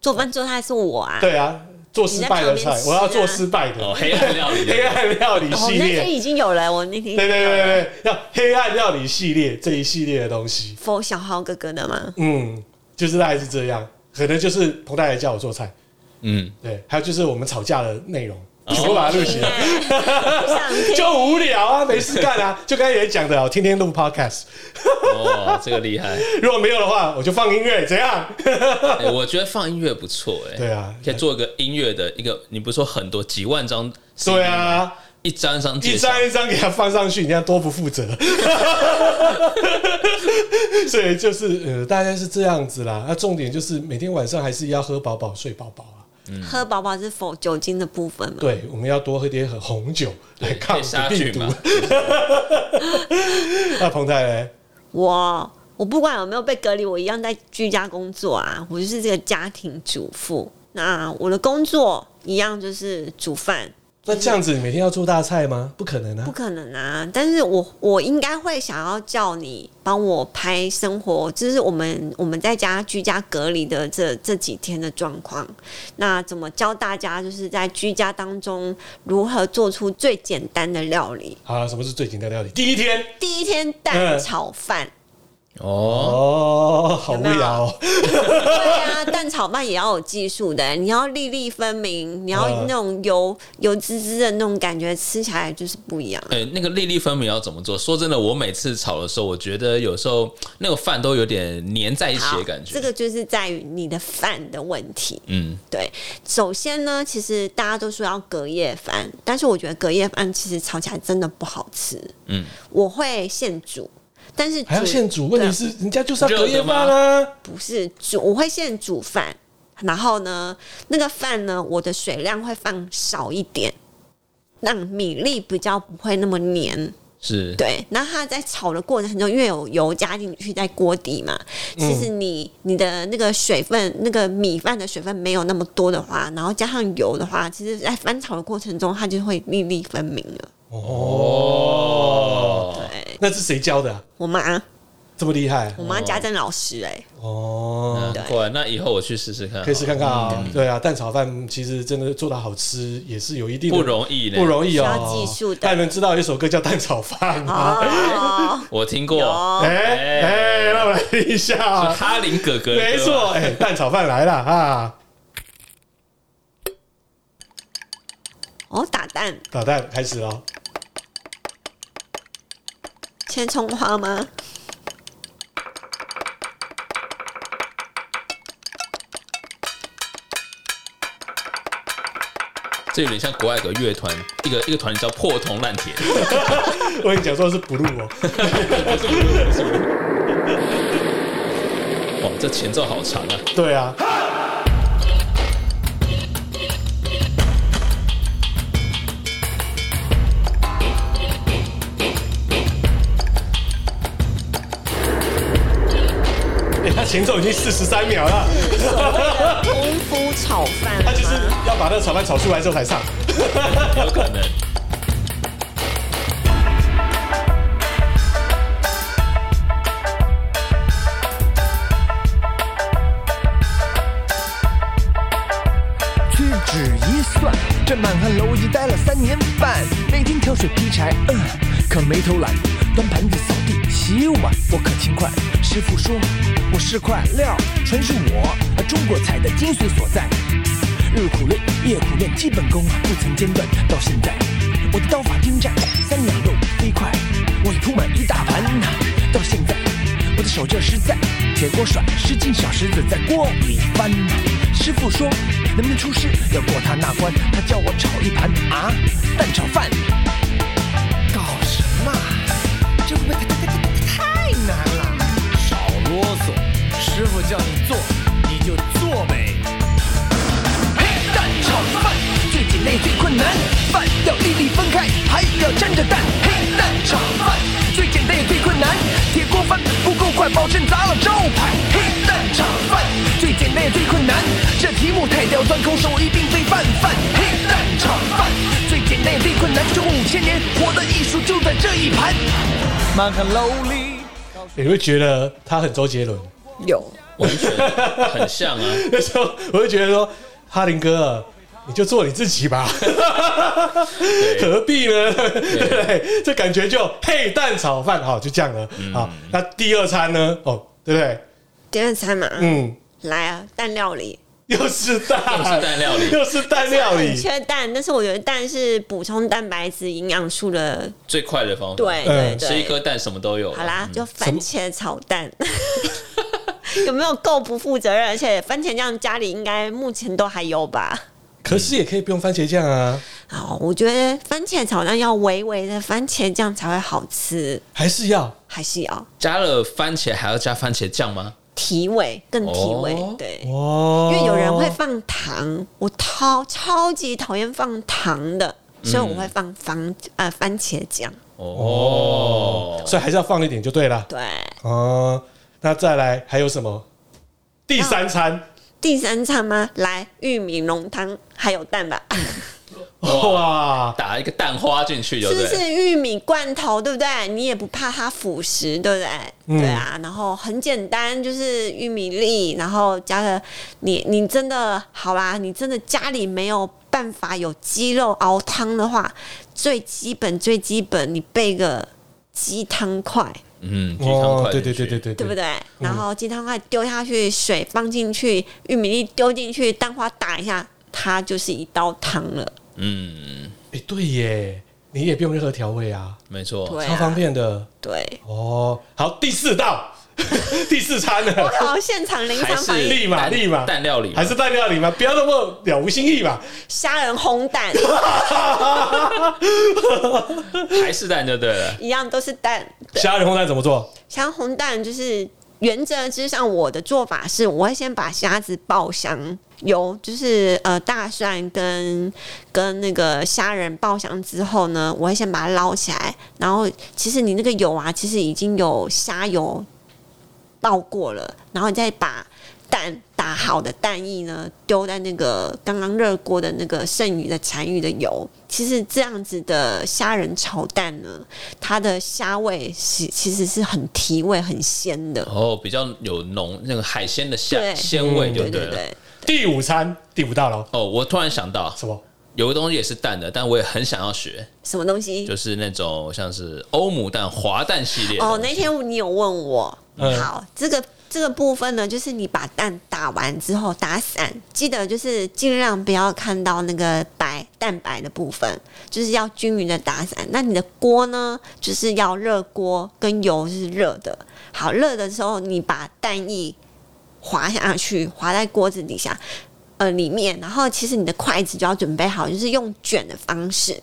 做饭做菜是我啊，对啊，做失败的你在菜旁边，吃啊我要做失败哦，的黑暗料理黑的，暗料理哦，系那天列。已经有了，我那天对对对对对，要黑暗料理系列这一系列的东西， ，for 小豪哥哥的吗？嗯，就是大概是这样。可能就是彭大爷叫我做菜，嗯，对，还有就是我们吵架的内容，哦全部把它录起听 <laughs> 来。哎不想听就无聊啊，没事干啊，就刚才也讲的哦，天天录 podcast。哦，这个 <laughs> 厉害。如果没有的话，我就放音乐，怎样？哎我觉得放音乐不错，哎，对啊可以做一个音乐的一个，你不是说很多几万张？对，啊，一张一张介一绍。张一张给它放上去，你看多不负责。 <laughs> 所以就是呃，大概是这样子啦。那、重点就是每天晚上还是要喝饱饱、睡饱饱啊。喝饱饱是否酒精的部分嘛？对，我们要多喝点红酒来对抗可以杀病菌毒嘛。？ <laughs> 那彭太嘞，我我不管有没有被隔离，我一样在居家工作啊，我就是这个家庭主妇。那我的工作一样就是煮饭，那这样子你每天要做大菜吗？不可能不啊。可能啊！但是我我应该会想要叫你帮我拍生活，就是我们我们在家居家隔离的这这几天的状况。那怎么教大家就是在居家当中如何做出最简单的料理？好啊了，什么是最简单的料理？第一天第一天蛋嗯炒饭，哦，哦，好有无没有聊、哦。对啊，蛋炒饭也要有技术的，你要粒粒分明，你要嗯那种油油滋滋的那种感觉，吃起来就是不一样。哎，那个粒粒分明要怎么做？说真的，我每次炒的时候，我觉得有时候那个饭都有点粘在一起好的感觉。这个就是在于你的饭的问题。嗯，对，首先呢，其实大家都说要隔夜饭，但是我觉得隔夜饭其实炒起来真的不好吃。嗯，我会现煮，但是还要煮现煮，问题对啊是人家就是要隔夜热的吗饭啊。不是煮，我会现煮饭，然后呢，那个饭呢，我的水量会放少一点，让米粒比较不会那么黏。是。对，那它在炒的过程中，因为有油加进去在锅底嘛，其实你你的那个水分，那个米饭的水分没有那么多的话，然后加上油的话，其实在翻炒的过程中，它就会粒粒分明了。哦，哦，对那是谁教的、啊？我妈，这么厉害我妈家政老师哎、哦，难怪。那以后我去试试看好了，嗯可以试看看啊、对啊，蛋炒饭其实真的做的好吃也是有一定的不容易呢，不容易哦，需要技术的那你们知道有一首歌叫蛋炒饭吗？哦，我听过，有哎哎，让我来听一下是啊。哈林哥哥的歌吧，没错，哎，蛋炒饭来了啊！哦，打蛋打蛋开始哦了，先葱花吗？这有点像国外有个乐团，一个一个团叫破铜烂铁，我 <laughs> 跟你讲说是 blue 哦，哇，这前奏好长啊！对啊，哎前奏已经四十三秒了，功夫炒饭吗他就是要把那个炒饭炒出来之后才上。有可能。屈指一算，这满汉楼已待了三年半，每天挑水劈柴，嗯，可没偷懒，端盘子、扫地、洗碗，我可勤快。师傅说我是块料，纯是我中国菜的精髓所在。日苦练，夜苦练，基本功啊不曾间断，到现在我的刀法精湛，三两肉飞快，我已铺满一大盘呐、到现在我的手劲儿实在，铁锅甩，十斤小石子在锅里翻呐、师傅说，能不能出师要过他那关，他叫我炒一盘啊蛋炒饭，搞什么啊？这会不会太太太太太难了？少啰嗦，师傅叫你做，你就做呗。蛋炒饭最简单也最困难，饭要粒粒分开，还要沾着蛋。嘿，蛋炒饭最简单也最困难，铁锅翻不够快，保证砸了招牌。嘿，蛋炒饭最简单也最困难，这题目太刁钻，空手一定被拌饭。嘿，蛋炒饭最简单也最困难，中国五千年活的艺术就在这一盘。满汉楼里，你会觉得他很周杰伦，有完全很像啊！ <laughs> 那时候我就觉得说，哈林哥，你就做你自己吧， <laughs> 何必呢？对不对？这感觉就配蛋炒饭，好，就这样了。嗯好，那第二餐呢？哦，对不对？第二餐嘛，嗯，来啊，蛋料理。又是蛋，又是蛋料理又是蛋料很理。缺蛋，但是我觉得蛋是补充蛋白质、营养素的，最快的方法，对对嗯吃一对。颗蛋什么都有。好啦，就番茄炒蛋， <laughs> 有没有够不负责任？而且番茄酱家里应该目前都还有吧？可是也可以不用番茄酱啊，好，我觉得番茄炒蛋要微微的番茄酱才会好吃，还是要还是要加了番茄还要加番茄酱吗？提味，更提味，哦对。哦哎因为有人会放糖，我超超级讨厌放糖的，所以我会放番、呃番茄酱。哦，哦所以还是要放一点就对了。对，哦，那再来还有什么？第三餐第三餐吗？来玉米浓汤，还有蛋吧， <laughs> 哇，打一个蛋花进去，对是不不对？是玉米罐头？对不对？你也不怕它腐蚀，对不对？对啊，然后很简单，就是玉米粒，然后加个你你真的好啦，你真的家里没有办法有鸡肉熬汤的话，最基本最基本，你备个鸡汤块。嗯，鸡汤哦块，对进对去对对，对对不对？然后鸡汤块丢下去，水放进去，玉米粒丢进去，蛋花打一下，它就是一道汤了。嗯，哎，对耶，你也不用任何调味啊，没错。对超方啊，便的对，哦。好，第四道， <laughs> 第四餐呢？然后现场临还场反是应，立马蛋立马蛋料理嘛还是蛋料理吗？不要那么了无新意嘛。 <laughs> 虾仁烘蛋还是蛋就对了。一样都是蛋。虾仁烘蛋怎么做？虾烘蛋就是原则之上，我的做法是，我会先把虾子爆香，油就是呃大蒜跟跟那个虾仁爆香之后呢，我会先把它捞起来，然后其实你那个油啊，其实已经有虾油爆过了，然后你再把。蛋打好的蛋液呢，丢在那个刚刚热锅的那个剩余的残余的油。其实这样子的虾仁炒蛋呢，它的虾味是其实是很提味、很鲜的。哦，比较有浓那个海鲜的对嗯鲜鲜味，就对对了。对，第五餐，第五道喽，哦，我突然想到，什么？有个东西也是蛋的，但我也很想要学，什么东西？就是那种像是欧姆蛋、滑蛋系列的哦，东西那天你有问我，嗯好，这个这个部分呢，就是你把蛋打完之后打散，记得就是尽量不要看到那个白蛋白的部分，就是要均匀的打散。那你的锅呢，就是要热锅，跟油是热的。好，热的时候你把蛋液滑下去，滑在锅子底下。呃，里面，然后其实你的筷子就要准备好，就是用卷的方式，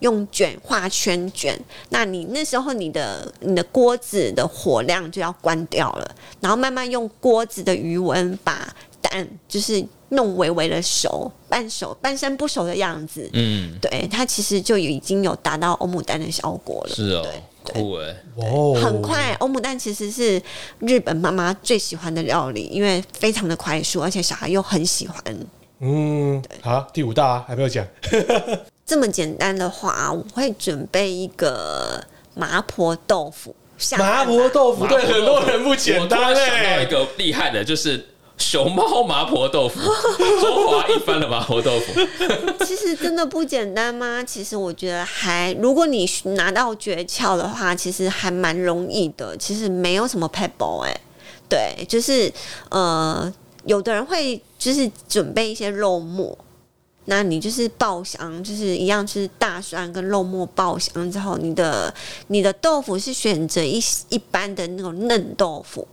用卷画圈卷，那你那时候你的你的锅子的火量就要关掉了，然后慢慢用锅子的余温把蛋就是弄微微的熟，半熟半生不熟的样子。嗯，对，它其实就已经有达到欧姆蛋的效果了。是哦对，酷哎、哇哦，很快，欧姆蛋其实是日本妈妈最喜欢的料理，因为非常的快速，而且小孩又很喜欢。嗯，好，第五大、啊、还没有讲，这么简单的话，啊我会准备一个麻婆豆腐。下饭吧麻婆豆腐，对，麻婆豆很腐多人不简单欸我突然想到哎、一个厉害的，就是熊猫麻婆 <laughs> 豆腐，中华一番的麻婆豆腐。 <laughs> 其实真的不简单吗？其实我觉得还，如果你拿到诀窍的话，其实还蛮容易的。其实没有什么 pebble 哎、对，就是呃，有的人会就是准备一些肉末，那你就是爆香，就是一样，就是大蒜跟肉末爆香之后，你的你的豆腐是选择一一般的那种嫩豆腐。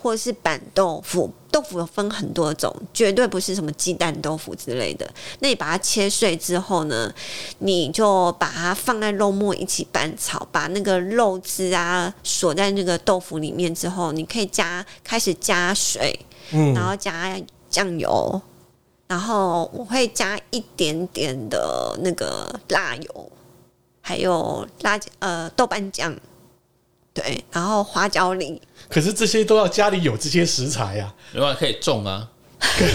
或者是板豆腐，豆腐有分很多种，绝对不是什么鸡蛋豆腐之类的。那你把它切碎之后呢，你就把它放在肉末一起拌炒，把那个肉汁啊锁在那个豆腐里面之后，你可以加开始加水，嗯然后加酱油，然后我会加一点点的那个辣油，还有辣呃豆瓣酱，对，然后花椒粒。可是这些都要家里有这些食材啊呀、另外可以 <laughs> 种啊，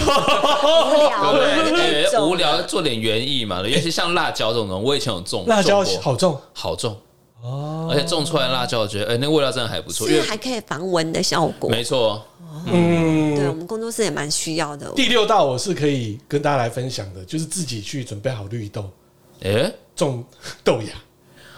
无聊 <laughs> 了，对不对？那哎种无聊做点园艺嘛，尤其像辣椒这种东西，我以前有种辣椒种过好重好种哦，而且种出来辣椒，我觉得哎，那味道真的还不错，因是为还可以防蚊的效果。没错，嗯，对我们工作室也蛮需要的。哦第六道我是可以跟大家来分享的，就是自己去准备好绿豆，哎，种豆芽，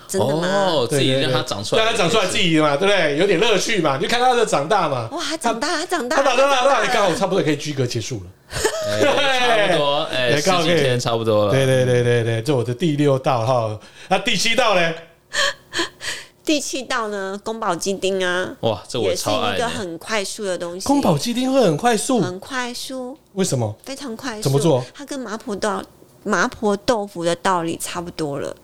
真的吗？哦，自己对对对让它长出来，让它长出来自己嘛，对不对？有点乐趣嘛，你就看它的长大嘛。哇，他长大，他长大，它长大长大，他刚好差不多可以居格结束了。 <laughs> 哎，差不多，哎，也十刚好几可以天差不多了，对对对对对，这我的第六道哈，那第七道呢？第七道呢，宫保鸡丁啊，哇，这我也是超爱一的个，很快速的东西。宫保鸡丁会很快速，很快速，为什么？非常快速。怎么做？它跟麻婆豆麻婆豆腐的道理差不多了。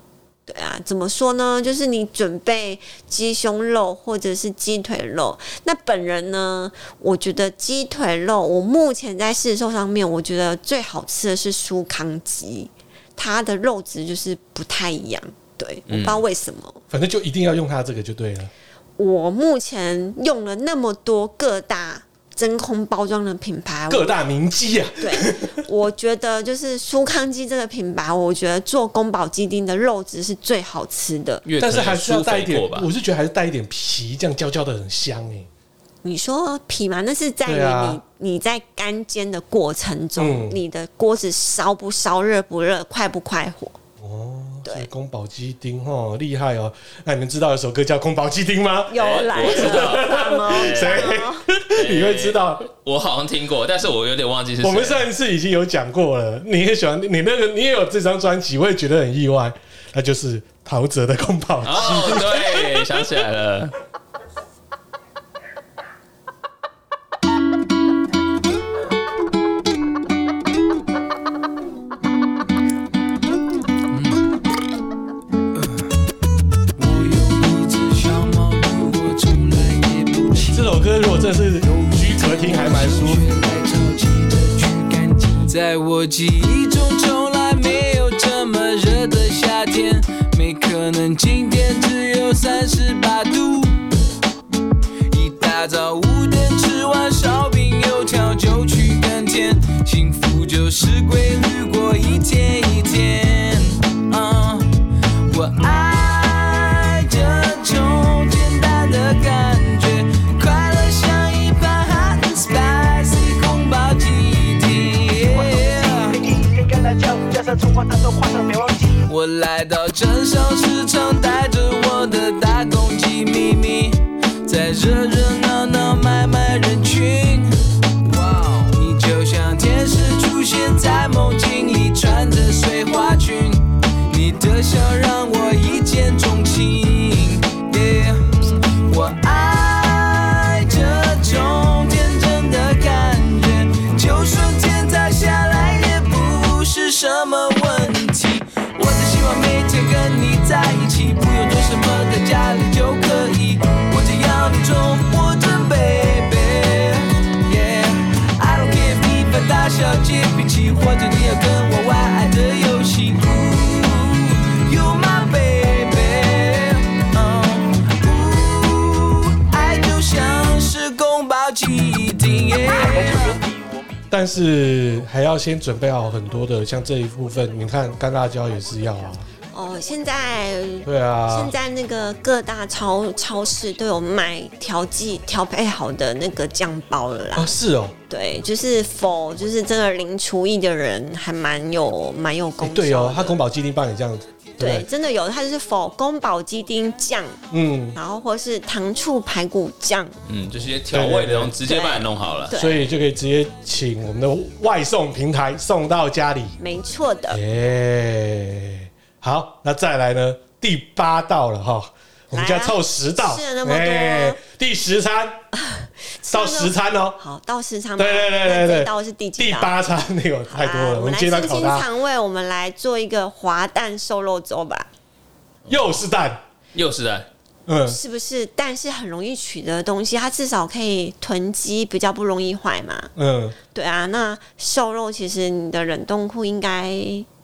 对啊，怎么说呢？就是你准备鸡胸肉或者是鸡腿肉。那本人呢，我觉得鸡腿肉，我目前在市售上面，我觉得最好吃的是舒康鸡，它的肉质就是不太一样。对，我不知道为什么。反正就一定要用它这个就对了。我目前用了那么多各大真空包装的品牌，我各大名鸡啊，对，我觉得就是舒康鸡这个品牌，我觉得做宫保鸡丁的肉质是最好吃的。因为但是可能还有是要疏带肥一点过吧，我是觉得还是带一点皮，这样焦焦的很香哎、你说皮嘛，那是在于你、对啊你在干煎的过程中，嗯你的锅子烧不烧、热不热、快不快火。对所以宫保鸡丁哦，厉害哦！那你们知道有首歌叫《宫保鸡丁》吗？又哎来我知道了，棒哦 <laughs> 谁棒哦你会知道。我好像听过，但是我有点忘记是谁我们上一次已经有讲过了，你也喜欢你那个，你也有这张专辑，我也觉得很意外，那就是陶喆的《宫保鸡哦，对， <laughs> 想起来了，我有一只小猫，不过从来也不骑。这首歌如果真的是居隔听，还蛮舒服。在我记忆中，从来没有这么热的夏天。没可能，今天只有三十八度。一大早五点吃完烧饼油条就去耕田，幸福就是规律过一天一天。啊、我爱这种简单的感觉，快乐像一盘 hot and spicy 宫保鸡丁。Yeah 我来到镇上市场，带着我的大公鸡咪咪，在热热闹闹买卖人群。哇哦，你就像天使出现在梦境里，穿着碎花裙，你的笑让我一见钟情。Yeah，我爱这种天真的感觉，就算天塌下来也不是什么问题。我只希望每天跟你在一起，不用做什么代价，你就可以。我只要你宠我。嗯但是还要先准备好很多的，像这一部分，你看干辣椒也是要啊，哦，现在对啊，现在那个各大超超市都有卖调剂调配好的那个酱包了啦。啊是哦，对，就是否就是这个零厨艺的人还蛮有蛮有功哎效、对哦，他宫保鸡丁帮你这样，对对不对，真的有，它就是否宫保鸡丁酱，嗯，然后或是糖醋排骨酱，嗯，就是一些调味的东西，直接帮你弄好了。对啊所以就可以直接请我们的外送平台送到家里。没错的。耶、哎好，那再来呢？第八道了哈，我们来啊家凑十道，吃了那么多哎第十 <laughs> 餐到十餐哦、好，到时常对对对对对，到是第几第道？八餐，那个好太啦啊多了，我我们们来接到清考清他，肠胃，我们来做一个滑蛋瘦肉粥吧。又是蛋，又是的，嗯，是不是蛋是很容易取得的东西？它至少可以囤积，比较不容易坏嘛。嗯，对啊，那瘦肉其实你的冷冻库应该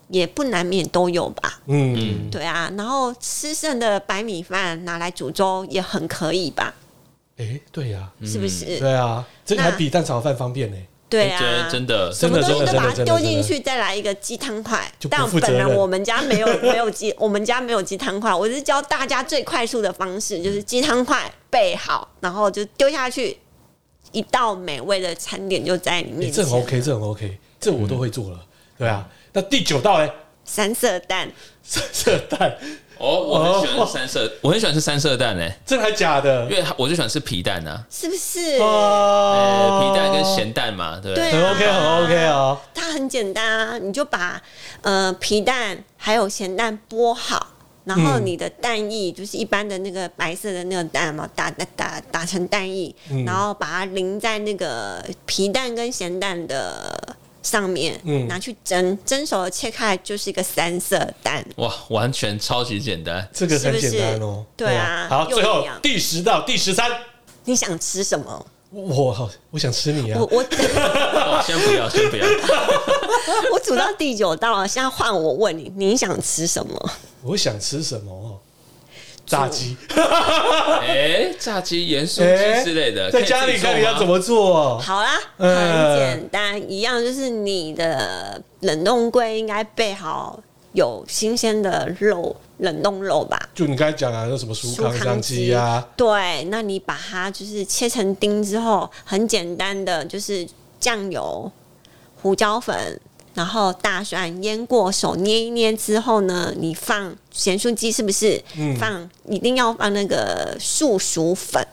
也不难免都有吧？嗯，对啊，然后吃剩的白米饭拿来煮粥也很可以吧？哎、对呀、嗯是不是？对啊，这个还那比蛋炒饭方便呢、对真啊，真的，什么东西真的都把它真的丢真的进去，再来一个鸡汤块就。不但负责本人任我们家没有 <laughs> 没有鸡，我们家没有鸡汤块。我是教大家最快速的方式，就是鸡汤块备好，然后就丢下去，一道美味的餐点就在哎、你面啊这前。很 OK，这很 OK，这嗯我都会做了，对啊。那第九道 <laughs> 嘞，三色蛋，三色蛋，哦，我很喜欢吃三色，我很喜欢吃三色蛋诶，真的还假的因？为我就喜欢吃皮蛋呐，是不是？哦呃，哎皮蛋跟咸蛋嘛，对不对对？啊很 OK，很 OK 哦。它很简单啊，你就把呃皮蛋还有咸蛋剥好，然后嗯你的蛋液就是一般的那个白色的那个蛋嘛，打打打打成蛋液，嗯然后把它淋在那个皮蛋跟咸蛋的上面，嗯拿去蒸，蒸熟了切开来就是一个三色蛋。哇，完全超级简单。这个很简单哦。是不是对啊好，又最后一样第十道第十三，你想吃什么？我好，我想吃你啊我！ <laughs> 我哇哦先不要，先不要。我煮到第九道了，现在换我问你，你想吃什么？我想吃什么哦？炸鸡，哎，炸鸡、盐酥哎鸡之类的，在家里看你要怎么做哦。好啦，很呃简单，一样就是你的冷冻柜应该备好有新鲜的肉，冷冻肉吧。就你刚才讲啊，那什么舒舒康香鸡啊，，对，那你把它就是切成丁之后，很简单的，就是酱油、胡椒粉，然后大蒜腌过，手捏一捏之后呢，你放咸酥鸡是不是？嗯放一定要放那个素薯粉，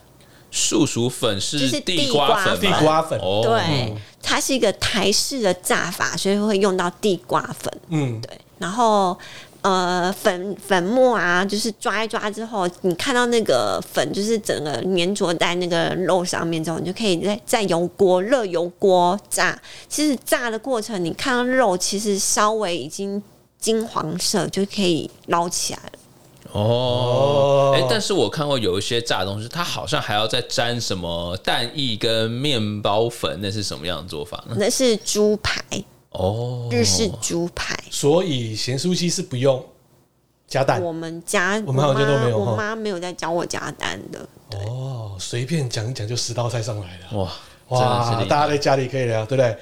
素薯粉就是是地地瓜瓜粉吗，地瓜粉哦对，它是一个台式的炸法，所以会用到地瓜粉。嗯，对，然后呃粉粉末啊，就是抓一抓之后，你看到那个粉就是整个粘着在那个肉上面之后，你就可以在在油锅热油锅炸。其实炸的过程，你看到肉其实稍微已经金黄色，就可以捞起来了。哦哦，哎，但是我看过有一些炸的东西，它好像还要再沾什么蛋液跟面包粉，那是什么样的做嗯法呢？那是猪排，哦，日式猪排。所以咸酥鸡是不用加蛋我们家我们好像都妈没有我哈妈没有在教我加蛋的。哦，随便讲一讲就十道菜上来了。哇，真的哇是，厉大家害在家里可以聊，对不对？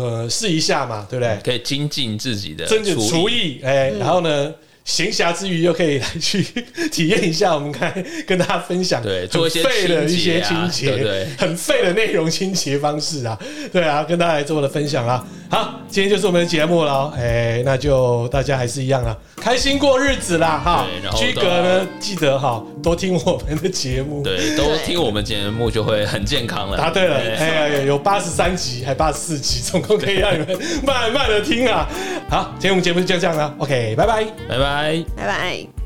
呃，试一下嘛，对不对？可以精进自己的真的厨艺。艺，哎、然后呢，闲暇之余又可以来去 <laughs> 体验一下我们刚才跟大家分享，对很做一些废的一清洁些啊清洁，对不对很废的内容清洁方式啊，对啊，跟大家来做我的分享啦。好，今天就是我们的节目了哦，哎、那就大家还是一样啦，开心过日子啦，哈对然。后居到格呢，记得哈，多听我们的节目。对，都听我们节目就会很健康了。答对了，对哎、有八十三集，还八十四集，总共可以让你们 <laughs> 慢慢的听啊。好，今天我们节目就这样了，OK，拜拜。拜拜。拜拜。